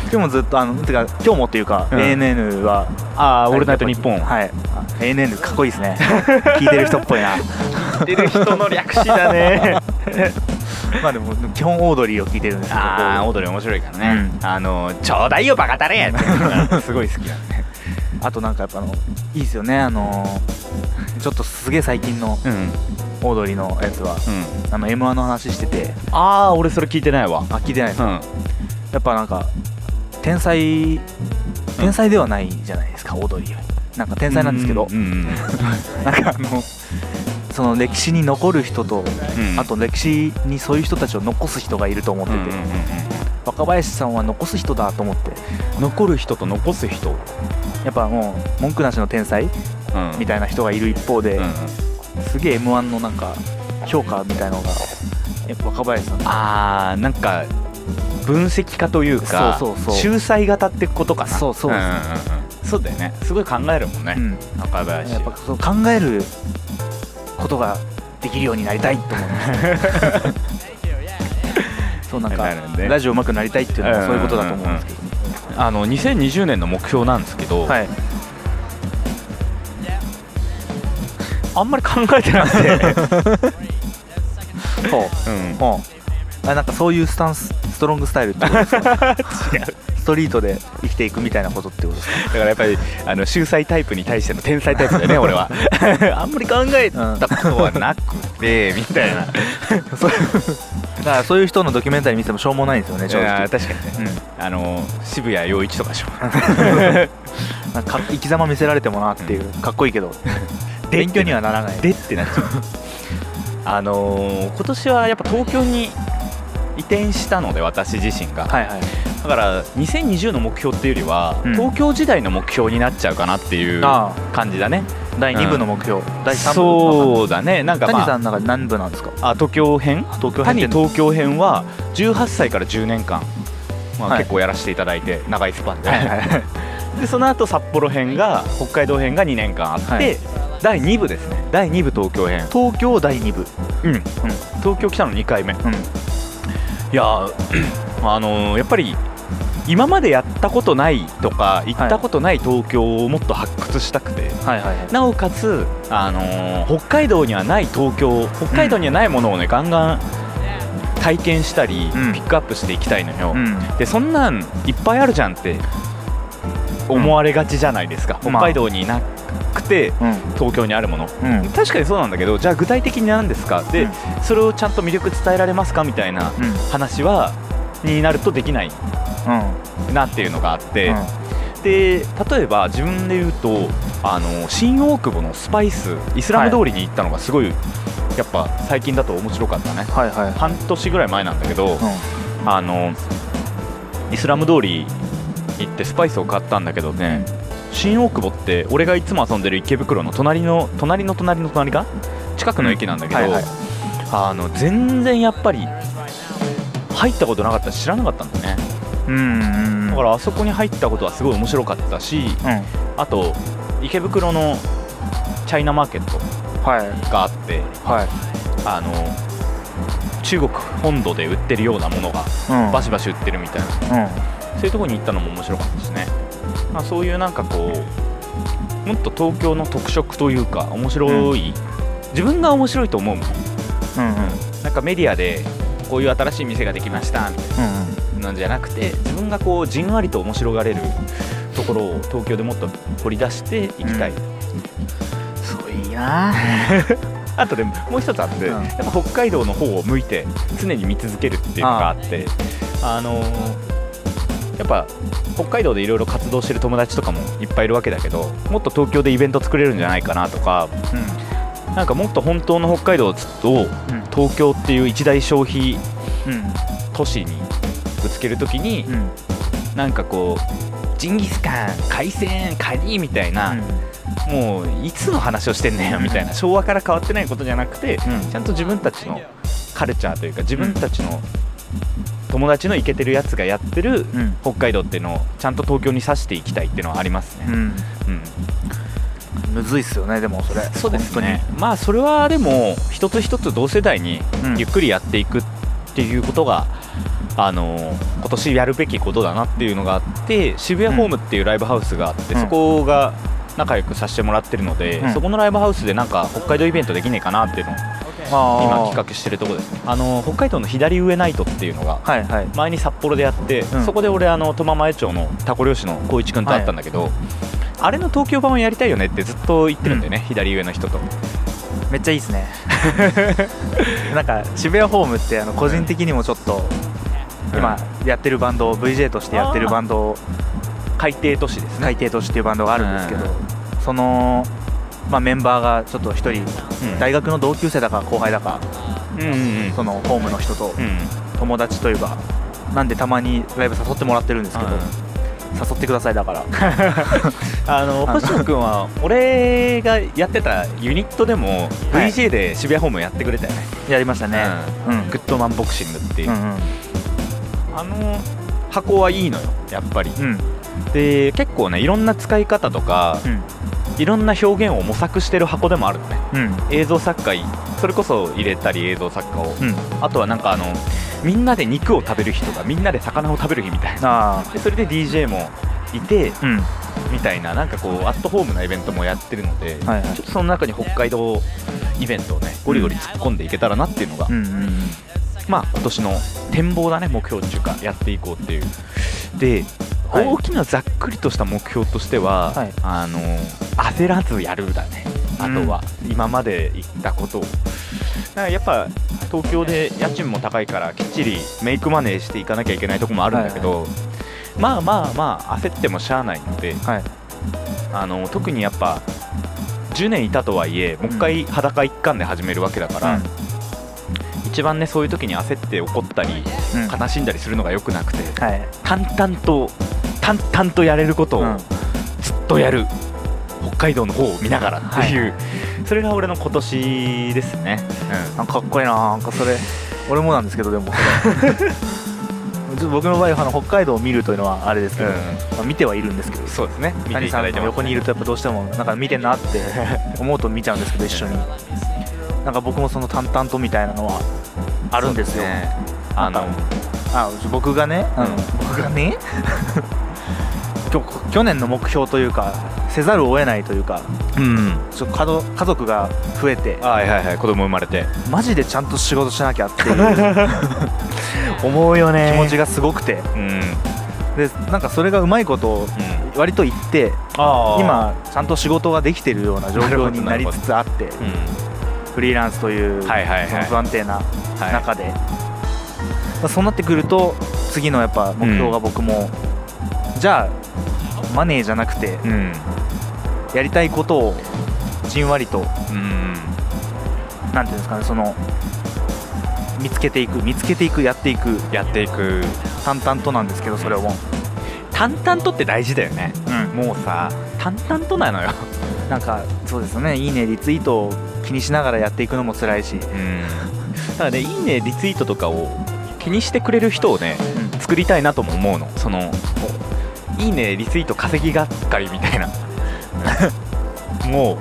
[SPEAKER 2] 今日もずっとあのてか今日もっていうか、
[SPEAKER 1] うん
[SPEAKER 2] ANN は
[SPEAKER 1] ああ
[SPEAKER 2] 「
[SPEAKER 1] オールナイトニッポン
[SPEAKER 2] はいあ ANN かっこいいです ね聞いてる人っぽいな
[SPEAKER 1] 聞いてる人の略詞だね
[SPEAKER 2] まあでも基本オードリーを聞いてるんですけ ど
[SPEAKER 1] ああオードリー面白いからね、あのーちょうだいよバカタレってすごい好きだね
[SPEAKER 2] あとなんかやっぱあのいいですよねあのーちょっとすげえ最近の
[SPEAKER 1] うんうん
[SPEAKER 2] オードリーのやつは、あの m 1の話してて
[SPEAKER 1] ああ俺それ聞いてないわ
[SPEAKER 2] あ聞いてないです
[SPEAKER 1] う
[SPEAKER 2] か、
[SPEAKER 1] ん
[SPEAKER 2] やっぱなんか天才天才ではないじゃないですか、オードリーはなんか天才なんですけど、
[SPEAKER 1] うんうん
[SPEAKER 2] なんかあのその歴史に残る人と、
[SPEAKER 1] うん
[SPEAKER 2] あと歴史にそういう人たちを残す人がいると思って
[SPEAKER 1] うん
[SPEAKER 2] て、
[SPEAKER 1] うんうん
[SPEAKER 2] 若林さんは残す人だと思って
[SPEAKER 1] うん残る人と残す人、
[SPEAKER 2] やっぱもう文句なしの天才
[SPEAKER 1] うん
[SPEAKER 2] みたいな人がいる一方で、
[SPEAKER 1] うん
[SPEAKER 2] すげえ m 1のなんか評価みたいのがやっぱ若林さん
[SPEAKER 1] あーなんか分析家というか
[SPEAKER 2] そうそうそう
[SPEAKER 1] 秀才型ってことかな
[SPEAKER 2] そうそう
[SPEAKER 1] うんうんうんそうだよねすごい考えるもんね、
[SPEAKER 2] うん
[SPEAKER 1] 中林
[SPEAKER 2] やっぱそう考えることができるようになりたいと思いま した。そうなん
[SPEAKER 1] な
[SPEAKER 2] か
[SPEAKER 1] るほどね
[SPEAKER 2] ラジオ上手くなりたいっていうのはそういうことだと思うんですけど、
[SPEAKER 1] あの2020年の目標なんですけど、
[SPEAKER 2] はい、
[SPEAKER 1] あんまり考えてなくて、
[SPEAKER 2] ほう
[SPEAKER 1] うん
[SPEAKER 2] ほうあなんかそういうスタンスストロングスタイルってことですか ストリートで生きていくみたいなことってことです
[SPEAKER 1] だからやっぱりあの秀才タイプに対しての天才タイプだよ ね俺はあんまり考えたことはなくて、みたいな
[SPEAKER 2] かそうだからそういう人のドキュメンタリー見ててもしょうもないんですよね
[SPEAKER 1] い
[SPEAKER 2] 正直
[SPEAKER 1] やー確かにね、あの渋谷陽一とかでしょ
[SPEAKER 2] うん、なんか生き様見せられてもなっていう、かっこいいけど勉強にはならない
[SPEAKER 1] でってなっちゃうあのー今年はやっぱ東京に移転したので私自身が、
[SPEAKER 2] はいはい
[SPEAKER 1] だから2020の目標っていうよりは、
[SPEAKER 2] うん
[SPEAKER 1] 東京時代の目標になっちゃうかなっていう
[SPEAKER 2] あ
[SPEAKER 1] 感じだね
[SPEAKER 2] 第2部の目標、第3部
[SPEAKER 1] そうだねなんか、
[SPEAKER 2] 谷
[SPEAKER 1] ま
[SPEAKER 2] さ
[SPEAKER 1] あ、
[SPEAKER 2] んの中で何部なんですか
[SPEAKER 1] あ東京編
[SPEAKER 2] 東京編
[SPEAKER 1] 谷
[SPEAKER 2] って
[SPEAKER 1] 東京編は18歳から10年間、まあ
[SPEAKER 2] はい
[SPEAKER 1] 結構やらせていただいて長いスパンで,、
[SPEAKER 2] はいはいはい
[SPEAKER 1] でその後札幌編が北海道編が2年間あって、
[SPEAKER 2] はい
[SPEAKER 1] 第2部ですね第2部東京編
[SPEAKER 2] 東京第2部、
[SPEAKER 1] うん、東京来たの2回目
[SPEAKER 2] う ん、
[SPEAKER 1] いやーあのーやっぱり今までやったことないとか行ったことない東京をもっと発掘したくて、
[SPEAKER 2] はいはい
[SPEAKER 1] なおかつ、あのー北海道にはない東京北海道にはないものをね、ガンガン体験したり、
[SPEAKER 2] うん
[SPEAKER 1] ピックアップしていきたいのよ、
[SPEAKER 2] うん
[SPEAKER 1] でそんなんいっぱいあるじゃんって思われがちじゃないですか、
[SPEAKER 2] うん
[SPEAKER 1] 北海道になくて
[SPEAKER 2] うん
[SPEAKER 1] 東京にあるもの、
[SPEAKER 2] うん
[SPEAKER 1] 確かにそうなんだけどじゃあ具体的に何ですかで、
[SPEAKER 2] うん
[SPEAKER 1] それをちゃんと魅力伝えられますかみたいな
[SPEAKER 2] うん
[SPEAKER 1] 話はになるとできない
[SPEAKER 2] うん
[SPEAKER 1] なっていうのがあって、
[SPEAKER 2] うん
[SPEAKER 1] で例えば自分で言うとあの新大久保のスパイスイスラム通りに行ったのがすごい、やっぱ最近だと面白かったね
[SPEAKER 2] はいはい
[SPEAKER 1] 半年ぐらい前なんだけど、
[SPEAKER 2] う
[SPEAKER 1] あのイスラム通り行ってスパイスを買ったんだけどね、新大久保って俺がいつも遊んでる池袋の隣の隣の隣の隣か近くの駅なんだけど、
[SPEAKER 2] うんはいはい
[SPEAKER 1] あの全然やっぱり入ったことなかったし知らなかったんだね
[SPEAKER 2] んうん
[SPEAKER 1] だからあそこに入ったことはすごい面白かったし
[SPEAKER 2] うん
[SPEAKER 1] あと池袋のチャイナマーケット
[SPEAKER 2] はい
[SPEAKER 1] があって
[SPEAKER 2] はい
[SPEAKER 1] あの中国本土で売ってるようなものが
[SPEAKER 2] うん
[SPEAKER 1] バシバシ売ってるみたいな
[SPEAKER 2] うん
[SPEAKER 1] そういうところに行ったのも面白かったしね、まあ、そういうなんかこうもっと東京の特色というか面白い、自分が面白いと思うもん
[SPEAKER 2] うんうん
[SPEAKER 1] なんかメディアでこういう新しい店ができましたみたい
[SPEAKER 2] うんうん
[SPEAKER 1] なのじゃなくて自分がこうじんわりと面白がれるところを東京でもっと掘り出していきたい、
[SPEAKER 2] そういや
[SPEAKER 1] あとでももう一つあって、
[SPEAKER 2] うん
[SPEAKER 1] やっぱ北海道の方を向いて常に見続けるっていうのがあってあのーやっぱ北海道でいろいろ活動してる友達とかもいっぱいいるわけだけどもっと東京でイベント作れるんじゃないかなとかなんかもっと本当の北海道を
[SPEAKER 2] うん
[SPEAKER 1] 東京っていう一大消費
[SPEAKER 2] うんうん
[SPEAKER 1] 都市にぶつけるときに、
[SPEAKER 2] うん
[SPEAKER 1] なんかこうジンギスカン海鮮カニみたいな、もういつの話をしてんねんよみたいな昭和から変わってないことじゃなくて、
[SPEAKER 2] うん
[SPEAKER 1] ちゃんと自分たちのカルチャーというか自分たちの友達のイケてるやつがやってる
[SPEAKER 2] うん
[SPEAKER 1] 北海道っていうのをちゃんと東京に刺していきたいっていうのはありますね、
[SPEAKER 2] うん
[SPEAKER 1] うん、
[SPEAKER 2] むずいっすよねでもそれ
[SPEAKER 1] そうですねまあそれはでも一つ一つ同世代に
[SPEAKER 2] うん
[SPEAKER 1] ゆっくりやっていくっていうことが、あの今年やるべきことだなっていうのがあって渋谷ホームっていうライブハウスがあって、
[SPEAKER 2] うん
[SPEAKER 1] そこが仲良くさせてもらってるので、
[SPEAKER 2] うん
[SPEAKER 1] そこのライブハウスでなんか北海道イベントできねえかなっていうのを今
[SPEAKER 2] 今
[SPEAKER 1] 企画してるところですねあの北海道の左上ナイトっていうのが
[SPEAKER 2] はいはい
[SPEAKER 1] 前に札幌でやって、
[SPEAKER 2] ん
[SPEAKER 1] そこで俺あの苫前町のタコ漁師の光一君と会ったんだけど、あれの東京版をやりたいよねってずっと言ってるんだよね、左上の人と
[SPEAKER 2] めっちゃいいですね なんか渋谷ホームってあの個人的にもちょっと今やってるバンド VJ としてやってるバンド
[SPEAKER 1] 海底都市ですね、
[SPEAKER 2] 海底都市っていうバンドがあるんですけどそのまあメンバーがちょっと一人
[SPEAKER 1] うん
[SPEAKER 2] 大学の同級生だか後輩だか
[SPEAKER 1] うんうんうん
[SPEAKER 2] そのホームの人と
[SPEAKER 1] うん
[SPEAKER 2] 友達というかなんでたまにライブ誘ってもらってるんですけど
[SPEAKER 1] うん
[SPEAKER 2] 誘ってくださいだから
[SPEAKER 1] あの星野君は俺がやってたユニットでも
[SPEAKER 2] はい
[SPEAKER 1] VJ で渋谷ホームやってくれたよね、
[SPEAKER 2] やりましたねうんうん
[SPEAKER 1] グッドマンボクシングっていう、
[SPEAKER 2] うん
[SPEAKER 1] あの箱はいいのよやっぱり、
[SPEAKER 2] うん
[SPEAKER 1] で結構ねいろんな使い方とか、いろんな表現を模索してる箱でもあるのね
[SPEAKER 2] うん
[SPEAKER 1] 映像作家いそれこそ入れたり映像作家を、
[SPEAKER 2] うん
[SPEAKER 1] あとはなんかあのみんなで肉を食べる日とかみんなで魚を食べる日みたいな
[SPEAKER 2] あ
[SPEAKER 1] でそれで DJ もいて
[SPEAKER 2] あうん
[SPEAKER 1] みたいななんかこうアットホームなイベントもやってるので、
[SPEAKER 2] はいはい
[SPEAKER 1] ちょっとその中に北海道イベントをねゴリゴリ突っ込んでいけたらなっていうのが、
[SPEAKER 2] うんうんうん
[SPEAKER 1] まあ今年の展望だね目標っていうかやっていこうっていうで、
[SPEAKER 2] はい
[SPEAKER 1] 大きなざっくりとした目標としては、
[SPEAKER 2] はい
[SPEAKER 1] あの焦らずやるだねあとは今まで言ったことをだからやっぱ東京で家賃も高いからきっちりメイクマネーしていかなきゃいけないとこもあるんだけど、まあまあまあ焦ってもしゃあないので
[SPEAKER 2] はい
[SPEAKER 1] あの特にやっぱ10年いたとはいえもう一回裸一貫で始めるわけだから、一番ねそういう時に焦って怒ったり
[SPEAKER 2] うんうん
[SPEAKER 1] 悲しんだりするのが良くなくて
[SPEAKER 2] はい
[SPEAKER 1] 淡々と淡々とやれることを
[SPEAKER 2] うん
[SPEAKER 1] ずっとやる、北海道の方を見ながらっていう、それが俺の今年ですね、
[SPEAKER 2] なんかかっこいいななんかそれ俺もなんです けどでもちょっと僕の場合はあの北海道を見るというのはあれですけど、
[SPEAKER 1] うん
[SPEAKER 2] まあ見てはいるんですけど
[SPEAKER 1] そうですね見て
[SPEAKER 2] 谷
[SPEAKER 1] い
[SPEAKER 2] さ
[SPEAKER 1] ただ
[SPEAKER 2] ん
[SPEAKER 1] いて
[SPEAKER 2] の
[SPEAKER 1] ます
[SPEAKER 2] 横にいるとやっぱどうしてもなんか見てんなって思うと見ちゃうんですけど一緒になんか僕もその淡々とみたいなのはあるんですよ
[SPEAKER 1] ねあの
[SPEAKER 2] なんあうち僕がね、あの僕がね 去去年の目標というかせざるを得ないというか
[SPEAKER 1] うん
[SPEAKER 2] ちょ家族家族が増えて
[SPEAKER 1] はいはいはい子供生まれて
[SPEAKER 2] マジでちゃんと仕事しなきゃっていう
[SPEAKER 1] 思うよね
[SPEAKER 2] 気持ち
[SPEAKER 1] が
[SPEAKER 2] がすごくて
[SPEAKER 1] うん、うん、
[SPEAKER 2] でなんかそれがうまいこと割と言って
[SPEAKER 1] あ
[SPEAKER 2] 今ちゃんと仕事ができてるような状況になりつつあって
[SPEAKER 1] 今、うん、
[SPEAKER 2] フリーランスというそ
[SPEAKER 1] はいはいはい
[SPEAKER 2] の不安定な
[SPEAKER 1] はい
[SPEAKER 2] 中で、まあそうなってくると次のやっぱ目標が僕も、じゃあマネーじゃなくて
[SPEAKER 1] うん
[SPEAKER 2] やりたいことをじんわりと
[SPEAKER 1] うん
[SPEAKER 2] なんていうんですかねその見つけていく見つけていくやっていく
[SPEAKER 1] やっていく
[SPEAKER 2] 淡々となんですけどそれをも
[SPEAKER 1] 淡々とって大事だよねもうさ淡々となのよ、
[SPEAKER 2] なんかそうですよねいいねリツイートを気にしながらやっていくのも辛いし、
[SPEAKER 1] うん、だからねいいねリツイートとかを気にしてくれる人をね作りたいなとも思うのそのいいねリツイート稼ぎがっかりみたいなも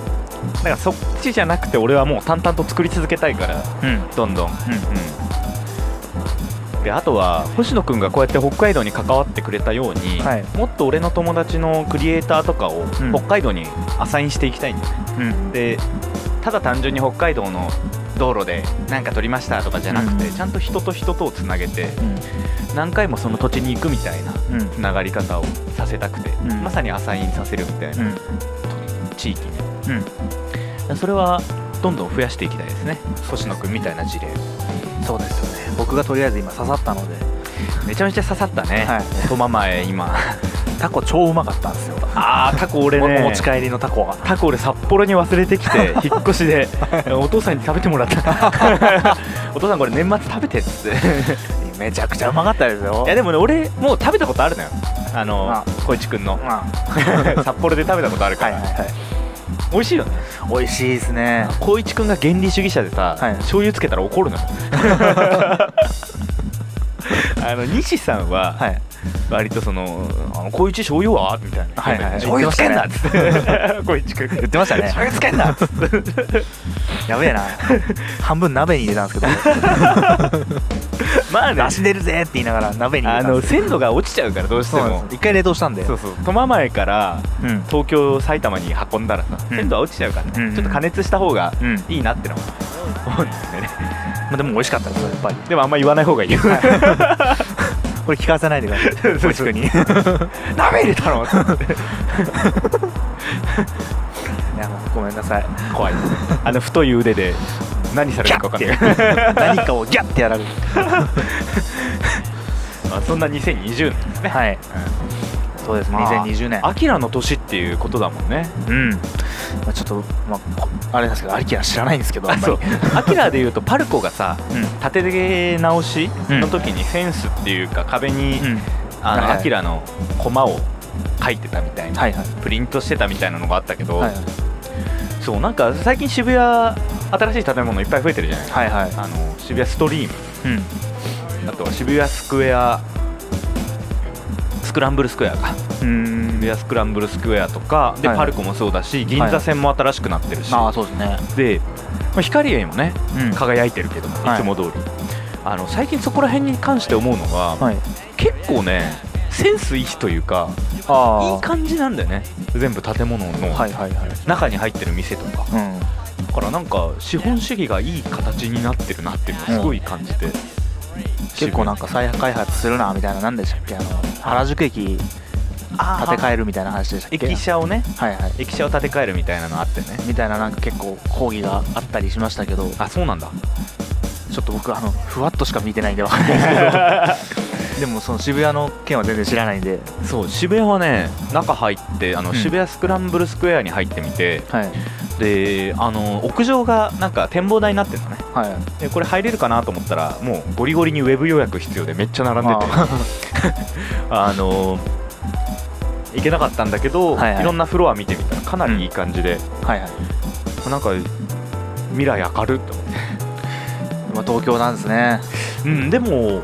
[SPEAKER 1] うだからそっちじゃなくて俺はもう淡々と作り続けたいから
[SPEAKER 2] うんうん
[SPEAKER 1] どんどんであとは星野くんがこうやって北海道に関わってくれたように、
[SPEAKER 2] はい
[SPEAKER 1] もっと俺の友達のクリエイターとかを
[SPEAKER 2] ん
[SPEAKER 1] 北海道にアサインしていきたいんだよね、
[SPEAKER 2] うんうん
[SPEAKER 1] でただ単純に北海道の道路で何か撮りましたとかじゃなくて、
[SPEAKER 2] うん
[SPEAKER 1] ちゃんと人と人とをつなげて何回もその土地に行くみたいな
[SPEAKER 2] うん
[SPEAKER 1] つながり方をさせたくて、
[SPEAKER 2] うん
[SPEAKER 1] まさにアサインさせるみたいな、
[SPEAKER 2] うん
[SPEAKER 1] 地域に
[SPEAKER 2] うん
[SPEAKER 1] それはどんどん増やしていきたいですね星野くんみたいな事例
[SPEAKER 2] そうですよね僕がとりあえず今刺さったので
[SPEAKER 1] めちゃめちゃ刺さったね、
[SPEAKER 2] はい
[SPEAKER 1] トママへ今
[SPEAKER 2] タコ超うまかったんですよ
[SPEAKER 1] あータコ俺ね
[SPEAKER 2] お持ち帰りのタコが
[SPEAKER 1] タコ俺札幌に忘れてきて引っ越しでお父さんに食べてもらった お父さんこれ年末食べてっつって
[SPEAKER 2] めちゃくちゃうまかったですよ
[SPEAKER 1] いやでもね俺もう食べたことあるのよあの
[SPEAKER 2] あ
[SPEAKER 1] 小一くんの
[SPEAKER 2] ま あ
[SPEAKER 1] 札幌で食べたことあるか
[SPEAKER 2] はい
[SPEAKER 1] ら、
[SPEAKER 2] はい
[SPEAKER 1] 美味しいよね
[SPEAKER 2] はい美味しいですね
[SPEAKER 1] 光一くんが原理主義者でさ、
[SPEAKER 2] はい
[SPEAKER 1] 醤油つけたら怒 るのよあの西さんは、
[SPEAKER 2] はい
[SPEAKER 1] 割とその「あの光一醤油は?」みたいな「
[SPEAKER 2] はいはい
[SPEAKER 1] 醤油つけんな」っつって 光一くん言って
[SPEAKER 2] ましたね
[SPEAKER 1] 醤油つけん なっつって
[SPEAKER 2] やべえな半分鍋に入れたんですけど
[SPEAKER 1] まあね
[SPEAKER 2] 出汁出るぜって言いながら鍋に入
[SPEAKER 1] あ
[SPEAKER 2] れたん
[SPEAKER 1] の
[SPEAKER 2] です
[SPEAKER 1] 鮮度が落ちちゃうからどうして
[SPEAKER 2] そうなん
[SPEAKER 1] も
[SPEAKER 2] です一回冷凍したんで
[SPEAKER 1] そうそう苫前から
[SPEAKER 2] うん
[SPEAKER 1] 東京埼玉に運んだらさ
[SPEAKER 2] うん
[SPEAKER 1] 鮮度は落ちちゃうからね、
[SPEAKER 2] うんうん
[SPEAKER 1] ちょっと加熱した方が
[SPEAKER 2] うん
[SPEAKER 1] いいなってのは思うんですよね
[SPEAKER 2] まあでも美味しかったですよやっぱり
[SPEAKER 1] でもあんま言わない方がいいよ
[SPEAKER 2] これ聞かせないでください
[SPEAKER 1] そうそう
[SPEAKER 2] 確かにい
[SPEAKER 1] 鍋入れたのっつって
[SPEAKER 2] やもうごめんな さい
[SPEAKER 1] 怖いですねあの太い腕で何され
[SPEAKER 2] ギ
[SPEAKER 1] る
[SPEAKER 2] ャ
[SPEAKER 1] か分
[SPEAKER 2] ッ
[SPEAKER 1] か
[SPEAKER 2] て
[SPEAKER 1] んない
[SPEAKER 2] 何かをギャッてやられる
[SPEAKER 1] あそんな2020年ですね
[SPEAKER 2] はいそうです2020年
[SPEAKER 1] まあアキラの年っていうことだもんね
[SPEAKER 2] うんまあちょっとまあこあれなんですけどアリキラ知らないんですけどあんま
[SPEAKER 1] そ
[SPEAKER 2] り
[SPEAKER 1] う アキラでいうとパルコがさ
[SPEAKER 2] うん
[SPEAKER 1] 縦直しの時にフェンスっていうか壁に、
[SPEAKER 2] うん
[SPEAKER 1] あ
[SPEAKER 2] はい
[SPEAKER 1] の
[SPEAKER 2] はい
[SPEAKER 1] アキラのコマを描いてたみたいな、
[SPEAKER 2] はいはい
[SPEAKER 1] プリントしてたみたいなのがあったけど、
[SPEAKER 2] はい
[SPEAKER 1] そうなんか最近渋谷新しい建物いっぱい増えてるじゃない
[SPEAKER 2] はいはい
[SPEAKER 1] あの渋谷ストリーム
[SPEAKER 2] うん
[SPEAKER 1] あとは渋谷スクエアスクランブルスクエアか
[SPEAKER 2] うん
[SPEAKER 1] 渋谷スクランブルスクエアとかで、
[SPEAKER 2] はい
[SPEAKER 1] パルコもそうだし銀座線も新しくなってるし、
[SPEAKER 2] ああそうですね
[SPEAKER 1] で、まあ、光エもね
[SPEAKER 2] うん
[SPEAKER 1] 輝いてるけども、
[SPEAKER 2] はい
[SPEAKER 1] い、つも通りあの最近そこら辺に関して思うのが、
[SPEAKER 2] はい
[SPEAKER 1] 結構ねセンスいいというか
[SPEAKER 2] あ
[SPEAKER 1] いい感じなんだよね全部建物の
[SPEAKER 2] はいはいはい
[SPEAKER 1] 中に入ってる店とか、
[SPEAKER 2] うん
[SPEAKER 1] だからなんか資本主義がいい形になってるなっていうのをすごい感じて、
[SPEAKER 2] 結構なん
[SPEAKER 1] か
[SPEAKER 2] か再開発するなみたいななんでしたっけあの原宿駅建て替えるみたいな話でしたっけ
[SPEAKER 1] 駅舎をね
[SPEAKER 2] はいはい
[SPEAKER 1] 駅舎を建て替えるみたいなのあってね
[SPEAKER 2] みたいななんか結構抗議があったりしましたけど
[SPEAKER 1] あそうなんだ
[SPEAKER 2] ちょっと僕あのふわっとしか見てないんでわかんないですけど でもその渋谷の件は全然知らないんで
[SPEAKER 1] そう渋谷はね中入ってあの、
[SPEAKER 2] うん
[SPEAKER 1] 渋谷スクランブルスクエアに入ってみて
[SPEAKER 2] はい
[SPEAKER 1] であの屋上がなんか展望台になってるのね
[SPEAKER 2] はい
[SPEAKER 1] でこれ入れるかなと思ったらもうゴリゴリにウェブ予約必要でめっちゃ並んでて
[SPEAKER 2] あ
[SPEAKER 1] あの行けなかったんだけど、
[SPEAKER 2] はい
[SPEAKER 1] い
[SPEAKER 2] はい
[SPEAKER 1] ろんなフロア見てみたらかなりいい感じで、
[SPEAKER 2] はいはい、
[SPEAKER 1] なんか未来明るって思って、
[SPEAKER 2] まあ、東京なんですね
[SPEAKER 1] うん、でも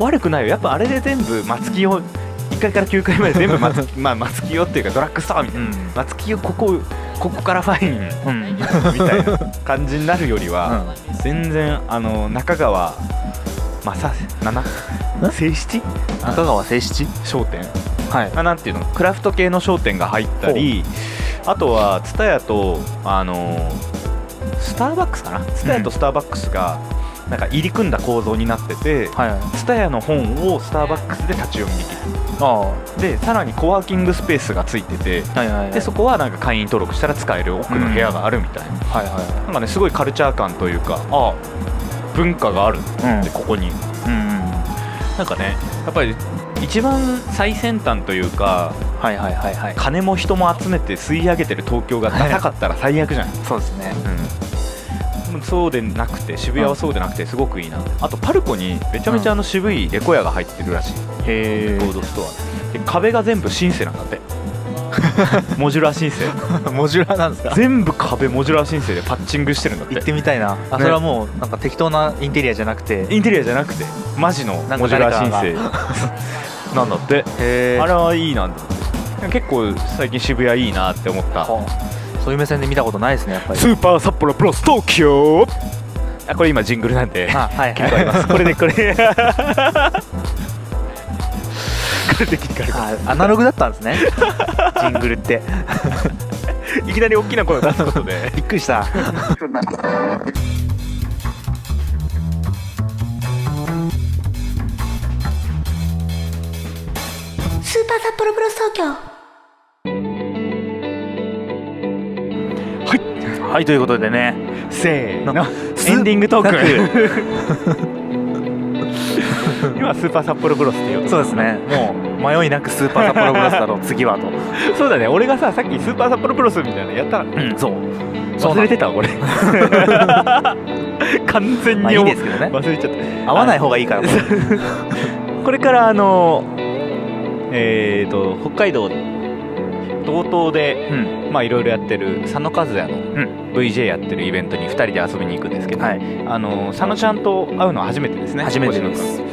[SPEAKER 1] 悪くないよやっぱあれで全部松木を1階から9階まで全部松 木まあ松木をっていうかドラッグストアみたいな、
[SPEAKER 2] うん
[SPEAKER 1] 松木をここここからファイン
[SPEAKER 2] うん
[SPEAKER 1] みたいな感じになるよりは、全然あの中川まさ七正七
[SPEAKER 2] 中川誠七
[SPEAKER 1] 商店
[SPEAKER 2] はい
[SPEAKER 1] あなんていうのクラフト系の商店が入ったりあとはツタヤとあのースターバックスかなツタヤとスターバックスがなんか入り組んだ構造になってて、
[SPEAKER 2] はいはい
[SPEAKER 1] ツタヤの本をスターバックスで立ち読みでき
[SPEAKER 2] ああは
[SPEAKER 1] るでさらにコワーキングスペースがついてて
[SPEAKER 2] いはいはい
[SPEAKER 1] でそこはなんか会員登録したら使える奥の部屋があるみたいな、
[SPEAKER 2] はいは
[SPEAKER 1] なんかねすごいカルチャー感というかああ文化がある
[SPEAKER 2] いうん
[SPEAKER 1] ってここに
[SPEAKER 2] うん
[SPEAKER 1] なんかねやっぱり一番最先端というか
[SPEAKER 2] はいはいはいはい
[SPEAKER 1] 金も人も集めて吸い上げてる東京がダサかったら最悪じゃん、
[SPEAKER 2] そうですね
[SPEAKER 1] うん、そうでなくて渋谷はそうでなくてすごくいいなあとパルコにめちゃめちゃあの渋いレコヤが入ってるらしい、
[SPEAKER 2] へ
[SPEAKER 1] レコードストアで壁が全部シンセなんだって モジュラーシンセ
[SPEAKER 2] え モジュラーなんですか
[SPEAKER 1] 全部壁モジュラーシンセでパッチングしてるんだっ
[SPEAKER 2] 行っててみたいなあそれはもうなんか適当なインテリアじゃなくて
[SPEAKER 1] インテリアじゃなくてマジの
[SPEAKER 2] なん
[SPEAKER 1] モ
[SPEAKER 2] か
[SPEAKER 1] ジュラ
[SPEAKER 2] 誰
[SPEAKER 1] ー
[SPEAKER 2] か
[SPEAKER 1] シン
[SPEAKER 2] が
[SPEAKER 1] セ なんだって
[SPEAKER 2] へえ
[SPEAKER 1] あれはいいなと思って結構最近渋谷いいなって思った
[SPEAKER 2] そういう目線で見たことないですねやっぱり
[SPEAKER 1] スーパー札幌プロス東京あこれ今ジングルなんで
[SPEAKER 2] あはい
[SPEAKER 1] 切り替わり ますこれでこれこれで切り替わりま
[SPEAKER 2] あアナログだったんで すねジングルって
[SPEAKER 1] すいきなり大きな声を出すことで
[SPEAKER 2] びっく りした
[SPEAKER 4] スーパー札幌プロス東
[SPEAKER 2] はいということでね
[SPEAKER 1] せーの
[SPEAKER 2] ス
[SPEAKER 1] エンディングトー
[SPEAKER 2] ク
[SPEAKER 1] ク 今スーパー札幌ブロスって言おうと
[SPEAKER 2] そうですねもう迷いなくスーパーサッポロブラス だろう次はと
[SPEAKER 1] そうだね俺がささっきスーパー札幌ブロスみたいなのやったら
[SPEAKER 2] うんそうそう
[SPEAKER 1] 忘
[SPEAKER 2] な
[SPEAKER 1] れ
[SPEAKER 2] ん
[SPEAKER 1] てた俺 完全
[SPEAKER 2] まあ
[SPEAKER 1] に
[SPEAKER 2] いいですけどね
[SPEAKER 1] 忘れちゃった
[SPEAKER 2] 合わない方がいいからこれ
[SPEAKER 1] これからあのえー、と北海道道東で
[SPEAKER 2] うん
[SPEAKER 1] まあいろいろやってる佐野和也の
[SPEAKER 2] う
[SPEAKER 1] VJ やってるイベントに2人で遊びに行くんですけど、
[SPEAKER 2] はい
[SPEAKER 1] あの佐野ちゃんと会うのは初めてですね
[SPEAKER 2] 初めてで
[SPEAKER 1] 星
[SPEAKER 2] す
[SPEAKER 1] 野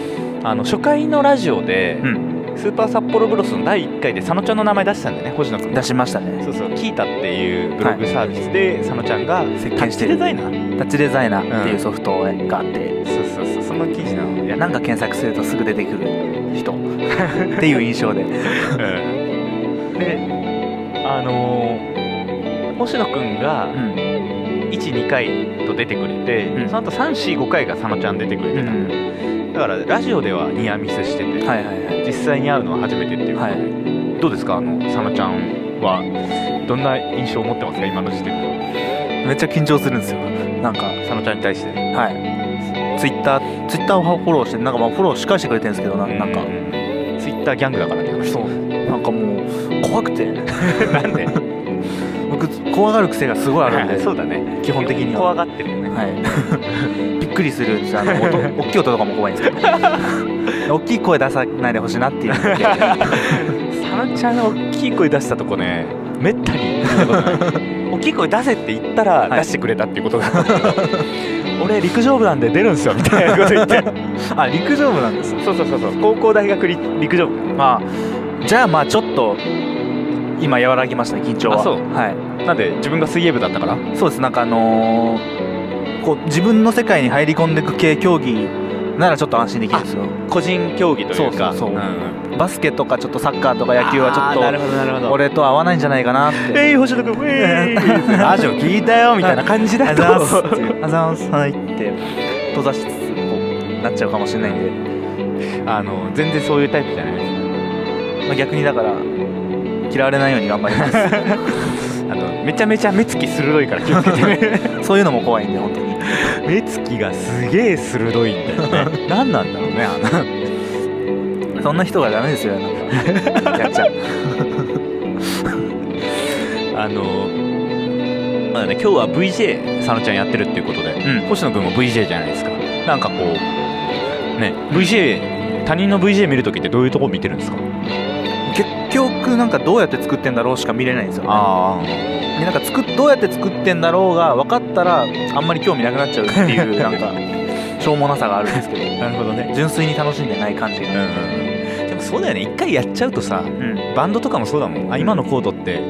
[SPEAKER 1] 君あの初回のラジオで、
[SPEAKER 2] うん
[SPEAKER 1] スーパー札幌ブロスの第1回で佐野ちゃんの名前出したんだよね星野君
[SPEAKER 2] 出しましたね
[SPEAKER 1] そうそうキータっていうブログサービスで、佐野ちゃんが
[SPEAKER 2] 設
[SPEAKER 1] タ
[SPEAKER 2] 計
[SPEAKER 1] ッ
[SPEAKER 2] し
[SPEAKER 1] チ
[SPEAKER 2] て
[SPEAKER 1] デ
[SPEAKER 2] る
[SPEAKER 1] ザイナー
[SPEAKER 2] タッチデザイナーっていう
[SPEAKER 1] うん
[SPEAKER 2] ソフトがあって
[SPEAKER 1] そうそうそうその記事なのや
[SPEAKER 2] なんか検索するとすぐ出てくる 人っていう印象で
[SPEAKER 1] であのー星野くんが
[SPEAKER 2] うん
[SPEAKER 1] 12回と出てくれて、
[SPEAKER 2] うん
[SPEAKER 1] その後345回が佐野ちゃん出てくれ
[SPEAKER 2] う
[SPEAKER 1] てた、
[SPEAKER 2] ん
[SPEAKER 1] だからラジオではニアミスしてて、
[SPEAKER 2] はいはいはい
[SPEAKER 1] 実際に会うのは初めてっていうことで、どうですかあの佐野ちゃんはどんな印象を持ってますか今の時点で
[SPEAKER 2] めっちゃ緊張するんですよなんか
[SPEAKER 1] 佐野ちゃんに対して
[SPEAKER 2] はいツイッターツイッターをフォローしてなんかまあフォローし返してくれてるんですけどななんか
[SPEAKER 1] ツイッターギャングだからねあの人
[SPEAKER 2] なんかもう怖くて
[SPEAKER 1] なんで
[SPEAKER 2] 僕怖がる癖がすごいあるんで
[SPEAKER 1] そうだね
[SPEAKER 2] 基本的には
[SPEAKER 1] 怖がってるよね
[SPEAKER 2] はい びっくりするんですよ あの音大きい音とかも怖いんですけど大きい声出さないでほしいなっていうだけ
[SPEAKER 1] 佐野ちゃんが大きい声出したとこねめったに見たことない大きい声出せって言ったら
[SPEAKER 2] はい
[SPEAKER 1] 出してくれたっていうことが、 俺陸上部なんで出るんすよみたいなこと言って
[SPEAKER 2] あ陸上部なんです
[SPEAKER 1] そうそうそうそう高校大学陸陸上部
[SPEAKER 2] まあじゃあまあちょっと今和らぎましたね緊張は
[SPEAKER 1] あそう
[SPEAKER 2] は
[SPEAKER 1] なんで自分が水泳部だったから
[SPEAKER 2] い、そうですなんかあのーこう自分の世界に入り込んでいく系競技ならちょっと安心できるんですよ
[SPEAKER 1] 個人競技というか
[SPEAKER 2] そうそうそうんバスケとかちょっとサッカーとか野球はち
[SPEAKER 1] あーな
[SPEAKER 2] ょ
[SPEAKER 1] る
[SPEAKER 2] っ
[SPEAKER 1] ほどなるほ
[SPEAKER 2] と
[SPEAKER 1] ど
[SPEAKER 2] 俺と合わないんじゃないかなって
[SPEAKER 1] えい、星野君、えー、ラジオ聞いたよみたいな感じだと
[SPEAKER 2] あざますっていうあざますはいって閉ざしつつこうなっちゃうかもしれないんで
[SPEAKER 1] あの全然そういうタイプじゃない
[SPEAKER 2] まあ、逆にだから嫌われないように頑張 りま
[SPEAKER 1] あのめちゃめちゃ目つき鋭いから気をつけてね
[SPEAKER 2] すそういうのも怖いんで本当に
[SPEAKER 1] 目つきがすげえ鋭いんだよね 何なんだろうねあの
[SPEAKER 2] そんな人がダメですよ なんかやっちゃう
[SPEAKER 1] あのまあね、今日は VJ 佐野ちゃんやってるっていうことで、
[SPEAKER 2] うん
[SPEAKER 1] 星野君も VJ じゃないですかなんかこうね VJ 他人の VJ 見るときってどういうとこ見てるんですか
[SPEAKER 2] 結局なんかどうやって作ってんだろうしか見れないんですよ、ね、
[SPEAKER 1] あ
[SPEAKER 2] でなんか作っどうやって作ってんだろうが分かったらあんまり興味なくなっちゃうっていうなんか しょうもなさがあるんですけ
[SPEAKER 1] あ
[SPEAKER 2] ど
[SPEAKER 1] なるほどね
[SPEAKER 2] 純粋に楽しんでない感
[SPEAKER 1] う
[SPEAKER 2] じ
[SPEAKER 1] ん
[SPEAKER 2] が、
[SPEAKER 1] うんでもそうだよね一回やっちゃうとさ
[SPEAKER 2] うん
[SPEAKER 1] バンドとかもそうだもんあ今のコードって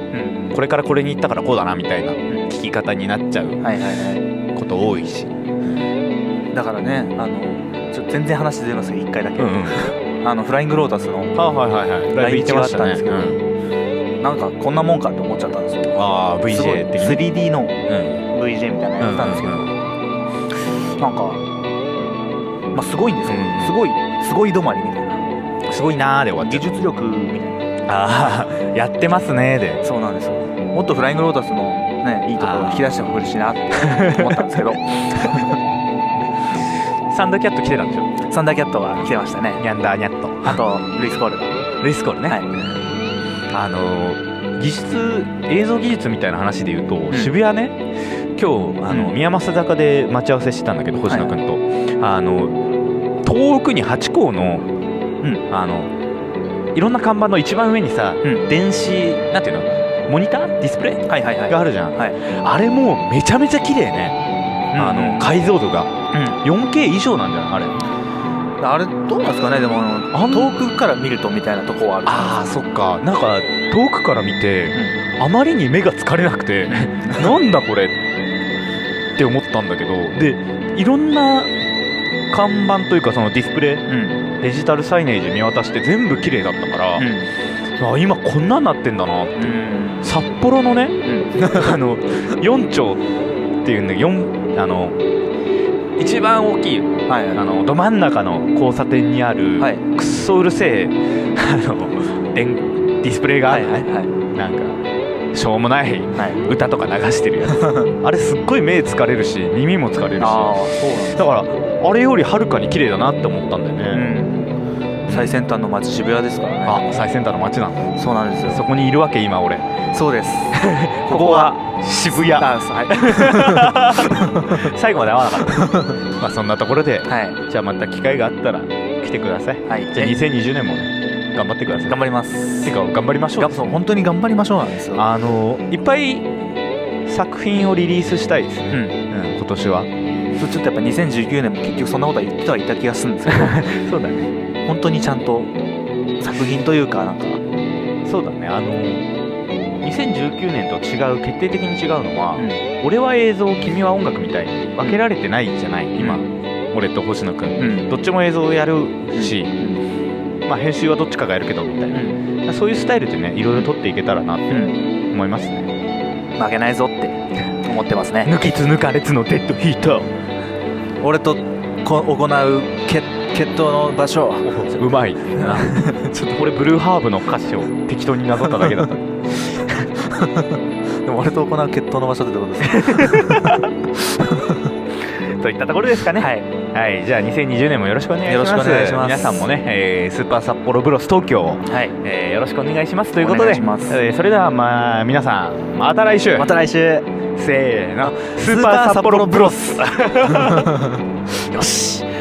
[SPEAKER 2] うん
[SPEAKER 1] これからこれに行ったからこうだなみたいな
[SPEAKER 2] うん
[SPEAKER 1] 聞き方になっちゃう
[SPEAKER 2] はいはいは
[SPEAKER 1] こと多いし
[SPEAKER 2] いだからねあのちょっと全然話ずれますけど1回だけ、
[SPEAKER 1] うんうん
[SPEAKER 2] あのフライングロータスの
[SPEAKER 1] あはいはいはいライブ行ってましたね
[SPEAKER 2] 来日があったん
[SPEAKER 1] うん
[SPEAKER 2] なんかこんなもんかって思っちゃったんですよ
[SPEAKER 1] ああ
[SPEAKER 2] すごい
[SPEAKER 1] VJ 的に
[SPEAKER 2] 3D の
[SPEAKER 1] うん
[SPEAKER 2] VJ みたいなのやってたんですけど、
[SPEAKER 1] うんう
[SPEAKER 2] なんか、まあ、すごいんですよ、
[SPEAKER 1] うん
[SPEAKER 2] すごいすごい止まりみたいな
[SPEAKER 1] すごいなーで終わっ
[SPEAKER 2] 技
[SPEAKER 1] ちゃ
[SPEAKER 2] 術力みたいな
[SPEAKER 1] ったああやってますねーで
[SPEAKER 2] そうなんですよもっとフライングロータスの、ね、いいところを引き出してほしいなって思ったんです けど
[SPEAKER 1] サンダーキャット来てたんでしょ
[SPEAKER 2] サンダーキャットが来てましたね
[SPEAKER 1] ニャンダーニャット
[SPEAKER 2] あとルイス・コールが
[SPEAKER 1] ルイスコールね、
[SPEAKER 2] はい
[SPEAKER 1] あのー技術映像技術みたいな話で言うと、
[SPEAKER 2] ん
[SPEAKER 1] 渋谷ね今日あの、
[SPEAKER 2] うん
[SPEAKER 1] 宮益坂で待ち合わせしてたんだけど星野君と、あの遠くに八甲の,、うん、あのいろんな看板の一番上にさ、
[SPEAKER 2] うん
[SPEAKER 1] 電子なんていうのモニターディスプレイ
[SPEAKER 2] はいはいはい
[SPEAKER 1] があるじゃん、
[SPEAKER 2] はい
[SPEAKER 1] あれもうめちゃめちゃ綺麗ね、あの解像度が
[SPEAKER 2] うん
[SPEAKER 1] 4K 以上なんじゃないあれ
[SPEAKER 2] あれどうなんですかねでもあ
[SPEAKER 1] あん
[SPEAKER 2] の遠くから見るとみたいなとこはある
[SPEAKER 1] あーそっかなんか遠くから見て、あまりに目が疲れなく てなんだこれって思ったんだけどでいろんな看板というかそのディスプレ
[SPEAKER 2] うんうん
[SPEAKER 1] イデジタルサイネージ見渡して全部綺麗だったから、あ今こんなんなってんだな
[SPEAKER 2] うん
[SPEAKER 1] 札幌のね
[SPEAKER 2] うん
[SPEAKER 1] あの4丁っていうんだけど4あの一番大きい
[SPEAKER 2] はい
[SPEAKER 1] あのど真ん中の交差点にある、
[SPEAKER 2] はい
[SPEAKER 1] くっそうるせえあの電ディスプレイが、
[SPEAKER 2] はいはいはい
[SPEAKER 1] なんかしょうもない
[SPEAKER 2] はい
[SPEAKER 1] 歌とか流してるや つあれすっごい目疲れるし耳も疲れるしだ
[SPEAKER 2] あ
[SPEAKER 1] か
[SPEAKER 2] あそうなんだ
[SPEAKER 1] らあれよりはるかに綺麗だなって思ったんだよ
[SPEAKER 2] う
[SPEAKER 1] ね、
[SPEAKER 2] ん最先端の街渋谷ですからね
[SPEAKER 1] あ最先端の街なんだ
[SPEAKER 2] あそうなんですよ
[SPEAKER 1] そこにいるわけ今俺こ
[SPEAKER 2] そうですこ
[SPEAKER 1] こは渋谷
[SPEAKER 2] ダンスはい
[SPEAKER 1] 最後まで合わなかった まあそんなところで
[SPEAKER 2] は
[SPEAKER 1] じゃあまた機会があったら来てください
[SPEAKER 2] いはい
[SPEAKER 1] じゃあ
[SPEAKER 2] え
[SPEAKER 1] 2020年もね頑張ってください
[SPEAKER 2] 頑張ります
[SPEAKER 1] てか頑張りましょ
[SPEAKER 2] が
[SPEAKER 1] う
[SPEAKER 2] そう本当に頑張りましょうなんですよ
[SPEAKER 1] あのいっぱい作品をリリースしたいです
[SPEAKER 2] う
[SPEAKER 1] ね、う
[SPEAKER 2] ん
[SPEAKER 1] ん今年は
[SPEAKER 2] そうちょっとやっぱ2019年も結局そんなことは言ってはいた気がするんですけ
[SPEAKER 1] そうだね
[SPEAKER 2] ど本当にちゃんと作品というかなんか
[SPEAKER 1] そうだねあの2019年と違う決定的に違うのは、
[SPEAKER 2] うん
[SPEAKER 1] 俺は映像君は音楽みたいに分けられてないじゃない、今
[SPEAKER 2] う
[SPEAKER 1] 俺と星野くん、
[SPEAKER 2] うん
[SPEAKER 1] どっちも映像をやるし、まあ、編集はどっちかがやるけどみたいな、そういうスタイルでねいろいろ撮っていけたらなって
[SPEAKER 2] うん
[SPEAKER 1] 思いますね、
[SPEAKER 2] 負けないぞって思ってますね
[SPEAKER 1] 抜きつ抜かれつのデッドヒート
[SPEAKER 2] 俺とこ行う決決闘の場所
[SPEAKER 1] うま いちょっとこれブルーハーブの歌詞を適当になぞっただけだった
[SPEAKER 2] でも俺と行う決闘の場所ってことですね
[SPEAKER 1] といったところですかね
[SPEAKER 2] はい
[SPEAKER 1] はい、じゃあ2020年もよろしくお願いします。
[SPEAKER 2] よろしくお願いします
[SPEAKER 1] 皆さんもね、えースーパー札幌ブロス東京を、
[SPEAKER 2] はい
[SPEAKER 1] えーよろしくお願いしますということ
[SPEAKER 2] お願
[SPEAKER 1] で、
[SPEAKER 2] いします
[SPEAKER 1] えーそれではまあ皆さんまた来週。
[SPEAKER 2] また来週
[SPEAKER 1] せーの、スーパー札幌ブロス。
[SPEAKER 2] よし